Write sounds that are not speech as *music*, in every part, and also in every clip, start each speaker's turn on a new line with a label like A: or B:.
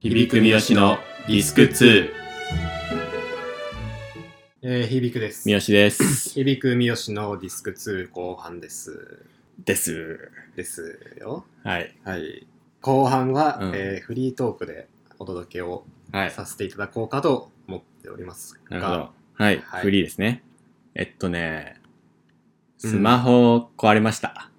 A: 響く三好のディスク2。
B: えー、響くです
A: 三。好です。
B: 響く三好のディスク2後半です。
A: です。
B: ですよ。
A: はい。
B: はい。後半は、
A: うん
B: えーフリートークでお届けを
A: はい。
B: させていただこうかと思っております
A: なるほ
B: が、
A: ど。はい。
B: はい
A: フリーですね。えっとね、
B: うん
A: スマホ壊れました。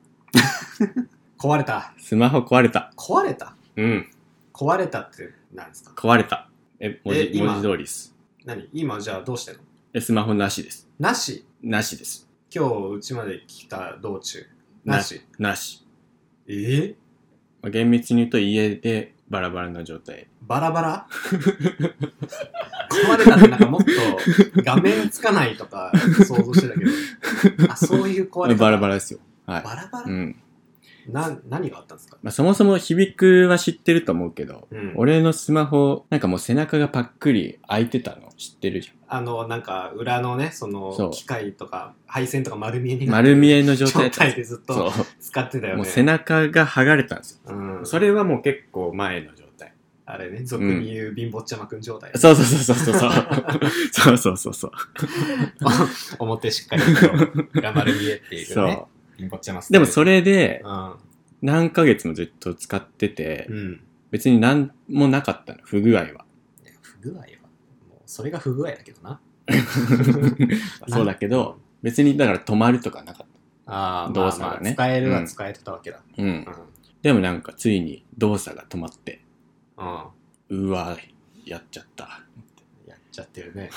B: 壊れた。
A: スマホ壊れた。
B: 壊れた
A: うん。
B: 壊れたって何ですか
A: 壊れた。え、文
B: え
A: 字、
B: 今
A: 文字通りです。
B: 何今じゃあどうしてんの
A: え、スマホなしです。
B: なし
A: なしです。
B: 今日うちまで来た道中。なし
A: なし。
B: えー、
A: まあ厳密に言うと家でバラバラの状態。
B: バラバラ壊れたってなんかもっと画面つかないとか想像してたけ
A: *laughs*
B: ど、あ、そういう壊れ方
A: バラバラですよ。はい。
B: バラバ
A: う
B: ラ、
A: ん。
B: な何があったんですか、
A: まあ、そもそも響くは知ってると思うけど、
B: うん、
A: 俺のスマホ、なんかもう背中がパックリ開いてたの知ってるじ
B: あのなんか裏のねそ
A: そ
B: の
A: う
B: 機械とか配線とか丸見え
A: ゃ
B: に
A: ん。
B: なって
A: 丸見えの状態だ
B: 状
A: ったん
B: 態
A: です
B: でずっ
A: よ。
B: と
A: そう。
B: 使ってたよね
A: もう背中が剥がれたんですよ。
B: うん、
A: それはもう結構前の状態。
B: あれね俗に言う貧乏ちゃまくん状態、
A: そうそうそうそうそう。そうそうそうそう。
B: 表しっかりとが丸見えっていうね
A: そ
B: 貧乏ちゃまス
A: う。
B: タ
A: で
B: イ
A: も
B: ル
A: それで
B: うん、
A: 何ヶ月もずっと使ってて、
B: うん、
A: 別に何もなかったの、不具合 *laughs* は。
B: 不具合はもうそれが不具合だけどな
A: そうだけど、別にだから止まるとかなかっ
B: ああ
A: 動作がね
B: まあまあ使えるは使えてたわけだ、
A: た。うん
B: うん。
A: でもなんかついに動作が止まって、
B: うん
A: うわ、やっちゃった。
B: やっちゃって
A: *laughs*
B: るね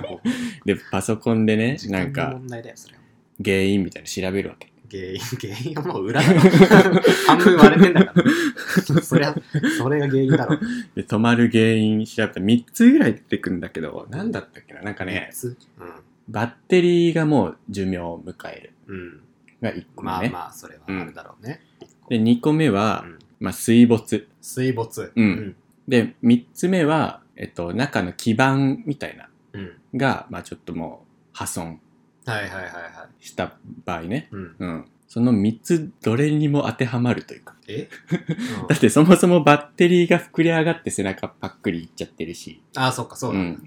B: も
A: で、パソコンで
B: う
A: ね、
B: 時
A: な
B: 間
A: ん
B: の
A: か
B: 問題だよそれは
A: 原因みたいなの調べるわけ。
B: 原因、原因はもう裏だろ。 *laughs* 半分割れてんだから、そりゃ、それが原因だろ。
A: で、止まる原因調べたら3つぐらい出てくるんだけど、何だったっけななんかね
B: 三、つう
A: バッテリーがもう寿命を迎える
B: ん。うん。
A: が1個目、ね
B: まあまあ、それはあるだろうね。
A: で2個目は、
B: うん
A: まあ、水没
B: 水没。
A: うん
B: うん。
A: で3つ目は、えっと、中の基板みたいな
B: うん。
A: が、まあ、ちょっともう破損
B: はいはいはいはい。
A: した場合ね、
B: うん。
A: うん、その3つどれにも当てはまるというか
B: え
A: だってそもそもバッテリーが膨れ上がって背中パックリいっちゃってるし
B: ああ、そっか、そうだね。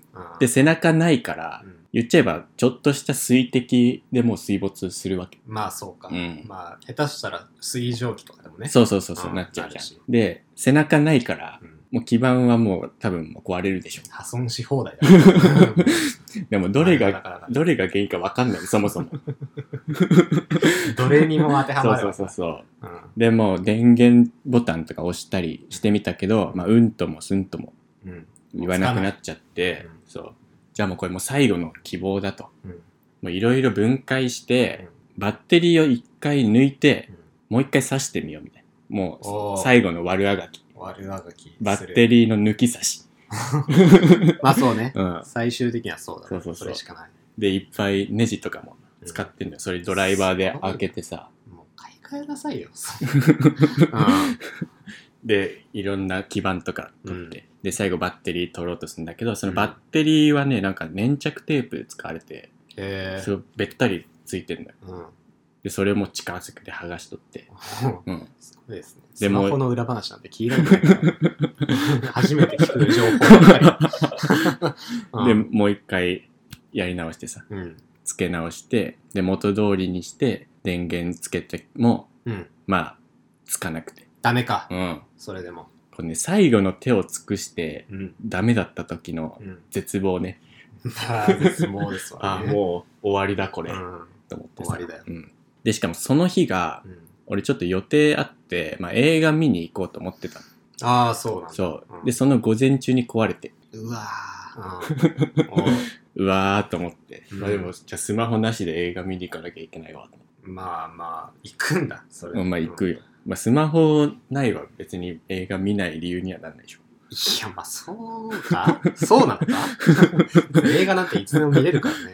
A: で背中ないから
B: うん
A: 言っちゃえばちょっとした水滴でもう水没するわけ
B: まあ、そうか
A: うん。
B: まあ、下手したら水蒸気とかでもね。
A: そうそうそうそう
B: うん
A: なっちゃうじゃ
B: なるし
A: んで背中ないから
B: うん
A: もう基盤はもう多分もう壊れるでしょ。
B: 破損し放題だね。
A: でもどれ
B: なか
A: が、
B: なかなか
A: どれが原因かわかんない、そも
B: *laughs*
A: そも。
B: どれにも当ては
A: そ
B: ま
A: う
B: る
A: そう
B: わ。
A: そうそう。
B: うん
A: でもう電源ボタンとか押したりしてみたけど、まあ、うんともすんとも
B: うん。
A: 言わなくなっちゃって、
B: うん
A: そう。じゃあもうこれもう最後の希望だと。
B: うん
A: もういろいろ分解して、バッテリーを一回抜いて
B: う、ん
A: もう一回挿してみようみたいな。も
B: お
A: う
B: ー
A: 最後の悪あがき。
B: 悪あがき。
A: バッテ
B: リ
A: リーの抜き差し。
B: ー。まあ、そうね。
A: うん。
B: 最終的にはそうだね
A: そうそうそう
B: れしかない、
A: で、いっぱいネジとかも使ってんのよ。それドライバーで開けてさ。
B: もう買い替えなさいよ、うん
A: でいろんな基板とか取って、で最後バッテリー取ろうとするんだけどそのバッテリーはねなんか粘着テープ使われて、
B: え
A: す
B: ー
A: ごいべったりついてるんだよ
B: うん、
A: でそれも力ずくで剥がしとって、うん、
B: すごいですねス
A: でも
B: マホの裏話なんて聞いたことないから初めて聞く情報ばっか
A: *laughs* で
B: り、うん
A: もう一回やり直してさ
B: うん
A: 付け直してで元通りにして電源つけても
B: うん、
A: まあつかなくて、
B: ダメか
A: うん、
B: それでも、
A: これね最後の手を尽くして
B: うん
A: ダメだった時の
B: うん、
A: 絶望ね、
B: まあ絶望ですわ
A: あ
B: ね
A: あもう終わりだこ
B: う
A: れ、
B: ん
A: と思ってさ
B: 終わりだよ
A: うん、でしかもその日が
B: うん
A: 俺ちょっと予定あって、まあ、映画見に行こうと思ってたの
B: ああそうなんだ
A: そううんでその午前中に壊れて
B: うわー、うん、おう
A: うわーと思って、
B: うん
A: まあ、でもじゃあスマホなしで映画見に行かなきゃいけないわと思って
B: まあまあ行くんだそれ、
A: うんまあ行く
B: うん
A: よ、まあ、スマホないは別に映画見ない理由にはなんないでしょ
B: いや、まあ、そうか。そうなのか映画なんていつでも見れるからね。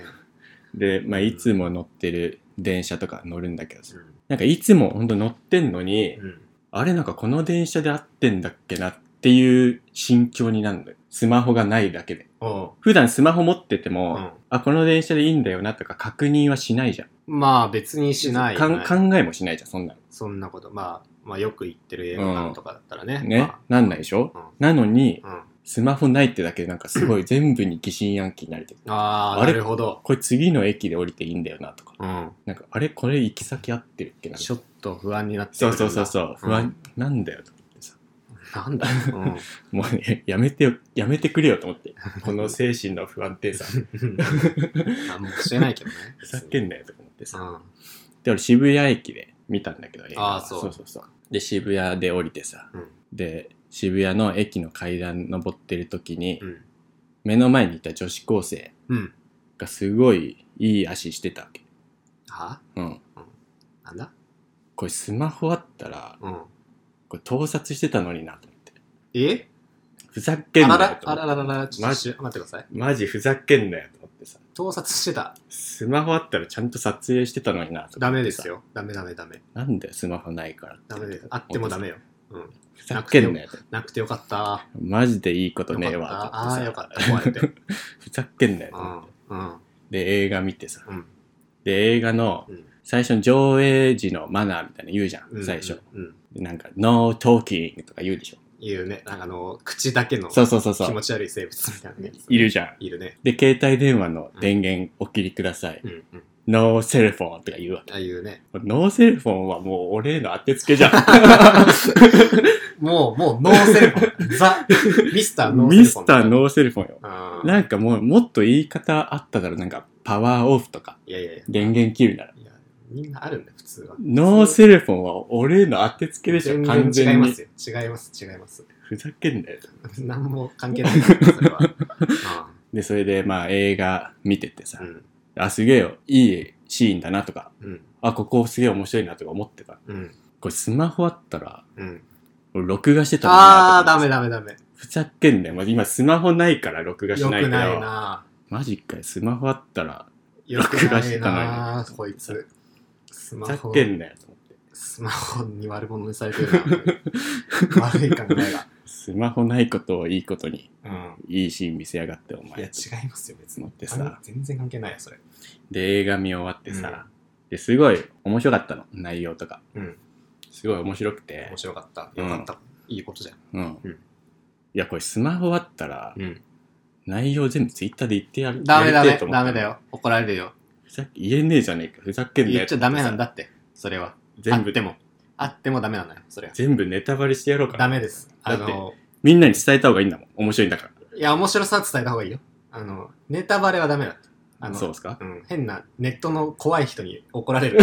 A: で、まあ、いつも乗ってる電車とか乗るんだけどさなんかいつも本当乗ってんのに、
B: うん。
A: あれなんかこの電車で合ってんだっけなっていう心境になるんだよスマホがないだけで
B: おう
A: 普段スマホ持ってても、
B: うん。
A: あ、この電車でいいんだよなとか確認はしないじゃん。
B: まあ、別にしないよ
A: か
B: ね、
A: ん考えもしないじゃん、そんなの。
B: そんなこと。まあ、まあよく行ってる映画館とかだったらね。
A: ね、
B: ま
A: なんないでしょ、
B: うん
A: なのに、
B: あうん
A: スマホないってだけでなんかすごい *coughs* 全部に疑心暗鬼になれてる。
B: ああ、
A: あれ
B: なるほど。
A: これ次の駅で降りていいんだよなとか。
B: うん。
A: なんか、あれこれ行き先合ってるっけな
B: ちょっと不安になってく
A: そ
B: る
A: うんそ
B: だ
A: うそうそう。不安、なんだよと思ってさ。
B: なんだ、
A: もうね、やめてよ、やめてくれよと思って。この精神の不安定さ、 *laughs*
B: うん。何もしてないけどね。
A: ふざけんなよとか思って
B: う
A: さ。
B: ん。
A: で、俺渋谷駅で見たんだけど、映画は
B: あーそう
A: そうそうそう。で、渋谷で降りてさ。
B: うん。
A: で、渋谷の駅の階段登ってる時に、
B: うん。
A: 目の前にいた女子高生
B: うん。
A: がすごいいい足してたわけ。
B: は
A: うん。
B: なんだ
A: これスマホあったら、
B: うん。
A: これ盗撮してたのになと思って。
B: え
A: ふざけんな
B: あ
A: よ
B: ら
A: と
B: ら、
A: 思
B: あ
A: って
B: らららら、ちょっとし待ってください。
A: マジふざけんなよと思ってさ。
B: 盗撮してた。
A: スマホあったらちゃんと撮影してたのになと思ってさ
B: ダメです。よ。ダメダメダメ。
A: なんだよ、スマホないからって。
B: ダメです。あってもダメよ。うん。
A: ふざけんなよと。
B: なくてよかった。
A: マジでいいこと
B: よ
A: ねえ
B: かった。あ
A: わ。
B: あー、よかった。壊れて。
A: ふざけんなよ
B: う
A: と思っ
B: ん
A: て。。
B: うん。
A: で、映画見てさ。
B: うん。
A: で、映画の
B: うん
A: 最初の上映時のマナーみたいなの言うじゃ
B: うん
A: ん、最初。。
B: うん。
A: でなんか、no talking とか言うでしょ。
B: いうね、なんかあの、口だけの
A: そう
B: 気
A: そうそうそう
B: 持。ち悪い生物みたいなやつ。
A: いるじゃん。
B: いるね。
A: で、携帯電話の電源お切りください。
B: うんうん。
A: no セルフォンとか言うわけ。
B: ああい
A: *laughs*
B: うね。
A: no セルフォンはもう俺への当てつけじゃん。
B: もう、もう、ノーセルフォン。ザ、ミスター *laughs* ノーセルフォン。
A: ミスターノーセルフォンよ。
B: あー
A: なんかもう、もっと言い方あっただろ。なんか、パワーオフとか、
B: いやいやいや。
A: 電源切るなら。
B: いや、みんなあるんだよ、普通は。
A: ノーセルフォンは俺への当てつけでしょ、完
B: 全然違い
A: 全
B: ま
A: に
B: す。よ。違います、違います。
A: ふざけんなよ。
B: 何も関係ないから、それは。
A: で、それで、まあ、映画見ててさ
B: う、ん、
A: あ、すげえよ、いいシーンだなとか、
B: うん、
A: あ、ここすげえ面白いなとか思ってた。
B: うん、
A: これスマホあったら、
B: うん。
A: 俺録画してたのに
B: あー、
A: なと
B: ダ
A: 思って
B: メダメダメ。
A: ふざけんなよ。まあ今スマホないから録画し
B: よく
A: な
B: ないい
A: けど。
B: な
A: マジかよ。スマホあったら、
B: よく
A: 録画
B: な
A: して
B: い
A: た
B: な
A: のに
B: こいつ。ス
A: ふざ
B: マホ
A: け、んなよと思って。
B: スマホに悪者にされてるな。悪い考えが。
A: スマホないことをいいことに、
B: うん。
A: いいシーン見せやがって、お
B: いや、
A: 前。
B: 違いますよ、別に。
A: 思ってさ
B: 全然関係ないよ、それ。
A: で、映画見終わってさ、ですごい面白かったの、内容とか。
B: うん。
A: すごい面白くて
B: 面、白かった。
A: うん
B: よかった。いいことじゃん。
A: うん。
B: うん
A: いや、これスマホあったら、
B: うん。
A: 内容全部ツイッターで言ってやる。
B: ダメダ
A: やり
B: メ
A: てえと、思った
B: ダメだ。よ。怒られるよ。
A: ふざけ、言えねえじゃねえか。ふざけんなよ。
B: 言っちゃダメなんだ。って、それは。
A: 全
B: あ
A: 部
B: っても。あってもダメなのよ、それは。
A: 全部ネタバレしてやろうか
B: ダ
A: な。
B: メです。あの、
A: みんなに伝えた方がいいんだもん。面白いんだから。
B: いや、面白さは伝えた方がいいよ。あの、ネタバレはダメだって。あの、
A: そうです
B: *laughs*
A: か
B: うん、変な、ネットの怖い人に怒られる。
A: い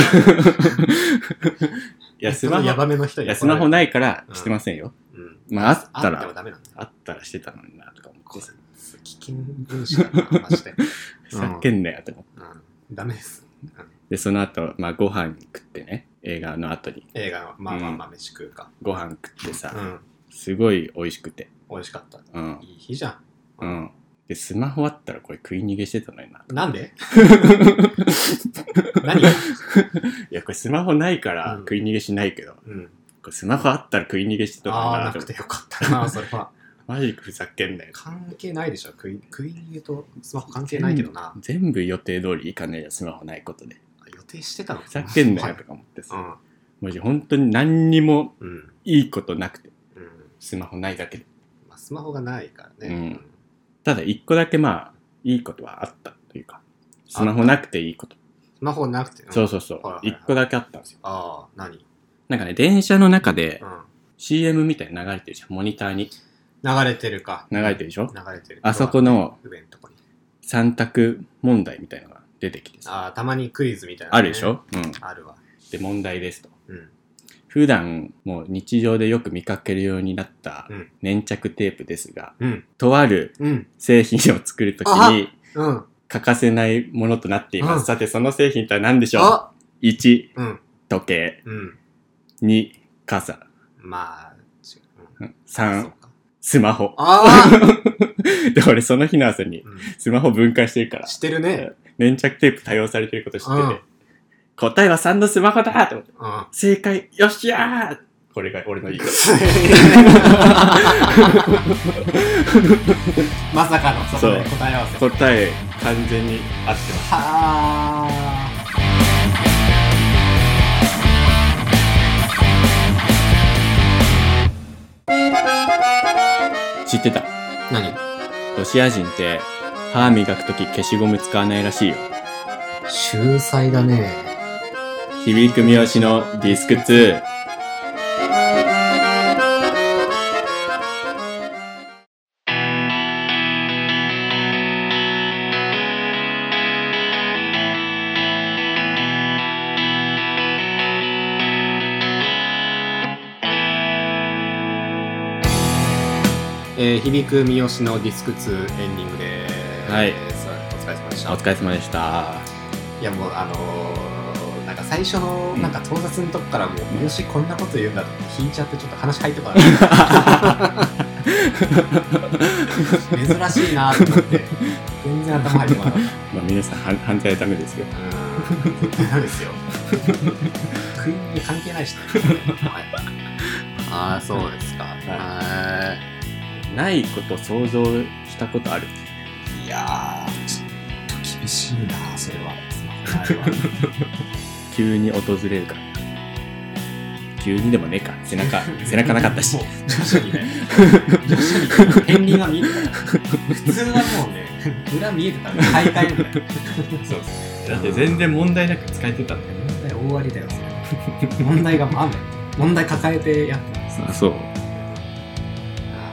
A: や、ス
B: ネット
A: マ
B: のヤ
A: ホ、
B: バめの人
A: い
B: に
A: や
B: 怒
A: スマ
B: られ
A: ホ
B: る。
A: ないからしてませんよ。
B: うん。
A: まあ、あった
B: あっても
A: ら、
B: ダメなんだよ。
A: あったらしてたのにな、とか思ってさ。
B: 危険分子だな、マジで。
A: ふざけんなよ、と思って。
B: うん。ダメです。
A: で、その後、まあ、ご飯食ってね。映画の後に
B: 映画は、まあまあまあ、飯食うか。
A: ご飯食って
B: う
A: さ、
B: ん。
A: すごい美味しくて。
B: 美味しかった。
A: うん。
B: いい日じゃん。
A: うん。で、スマホあったらこれ食い逃げしてたのにな。
B: な
A: *laughs*
B: んで何が
A: いや、これスマホないから
B: うん
A: 食い逃げしないけど、
B: うん。
A: これスマホあったら食い逃げしてたのに
B: ああ、
A: な
B: な
A: と思
B: く
A: って
B: てよかったな、それは。
A: マジふざけんなよ。
B: 関係ないでしょ食い食い逃げとスマホ関係ないけどな
A: 全部予定通りいかねえよ、スマホないことで。
B: 予定してたの
A: ふざけんなよとか思ってさ。マジ本当に何にも
B: うんうん、
A: いいことなくて、
B: うん
A: スマホないだけで。
B: まあ、スマホがないからね、
A: うんただ一個だけまあ、いいことはあったというか、
B: た
A: スマホなくていいこと。
B: スマホなくて、ん
A: そうそうそう
B: はいは。いは
A: 一
B: い
A: 個だけあったんですよ。
B: ああ何、
A: なんかね、電車の中で
B: うん
A: CM みたいに流れてるじゃん。モニターに
B: 流れてるか
A: 流れてるでしょ
B: 流れてる
A: あそこの
B: 上のとこに
A: 三択問題みたいなのが出てきてさ、
B: ああたまにクイズみたいな、
A: あるでしょ、うん。
B: あるわ
A: で、問題ですと。
B: うん
A: 普段、もう日常でよく見かけるようになった
B: うん
A: 粘着テープですが、
B: うん
A: とある
B: うん
A: 製品を作るときに
B: うん
A: 欠かせないものとなっていま
B: うん
A: す。さて、その製品とは何でしょ
B: あ
A: う ?1、
B: うん
A: 時計。
B: うん
A: 2、傘。
B: まあ
A: う
B: 違う、
A: ん
B: うん、そう
A: 3、
B: か
A: スマホ。
B: ああ、
A: *laughs* で、俺その日の朝に
B: うん、
A: スマホ分解してるから、
B: してるね
A: *laughs* 粘着テープ多用されてること知ってて、
B: うん
A: 答えは3のスマホだと思って。
B: うん
A: 正解よっしゃーこれが俺の言い方。
B: *laughs* まさかのそこで答え合わせ
A: 答え完全に合ってます。
B: はあ。
A: ってた
B: 何
A: ロシア人って歯磨くとき消しゴム使わないらしいよ
B: 秀才だね。
A: 響く三好のディスク2
B: えー、響く三好のディスク2エンディングでーす。
A: はい
B: お疲れ様でし
A: お
B: た。
A: 疲れ様でした
B: いやもうあのー、なんか最初の
A: うん
B: なんか盗撮のとこからもう三好こんなこと言うんだと思って引いちゃってちょっと話入ってこな *laughs* かった。珍しいなと思って。全然頭入ってこなかった。
A: まあ皆さん反反対はダメですよ
B: うーん絶対ダメ *laughs* ですよ。食いに関係ないしね。はい、ああ、そうですか。は
A: ないこと想像したことある
B: い。いやー、ちょっと厳しいな、それ *laughs* は。スマホの場合は
A: 急に訪れるから急にでもねえか背中 *laughs* 背中なかったし
B: もう徐々に *laughs* ね、徐々に片鱗が見えてたから。普通はもうね、裏見えてたから、大会みたいな。そうそう
A: 問題なく使えてたんだよね
B: 問題大ありだよ、それ。問題がもうあんだよ。問題抱えてやってます。
A: あそう
B: あ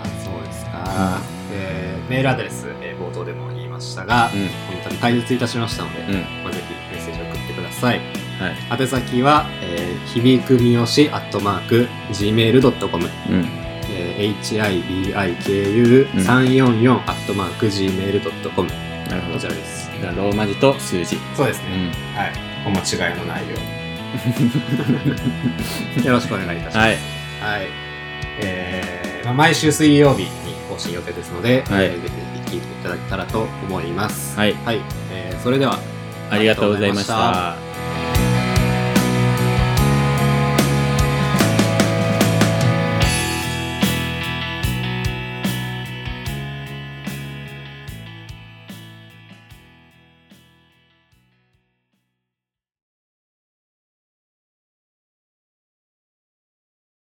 B: ーそうです
A: あ
B: か、えーメールアドレス、えー冒頭でも言いましたが、
A: う
B: 本当に解説いたしましたので、
A: んうん
B: まあぜひメッセージを送ってください
A: はい
B: 宛先は、えー、響くみよしアットマーク gmail.com、
A: うん
B: えー、hibiku344 アットマーク gmail.com
A: なるほ
B: こ
A: ど
B: ち
A: じゃ
B: らです
A: あローマ字と数字
B: そうです
A: う
B: ね、
A: ん
B: はいお間違いのないよ *laughs* うよろしくお願いいたします
A: はい
B: はい。えーまあ、毎週水曜日に更新予定ですので、
A: はい
B: えーぜひ聞いていただけたらと思います。
A: はい
B: えーそれでは、
A: ありがとうございました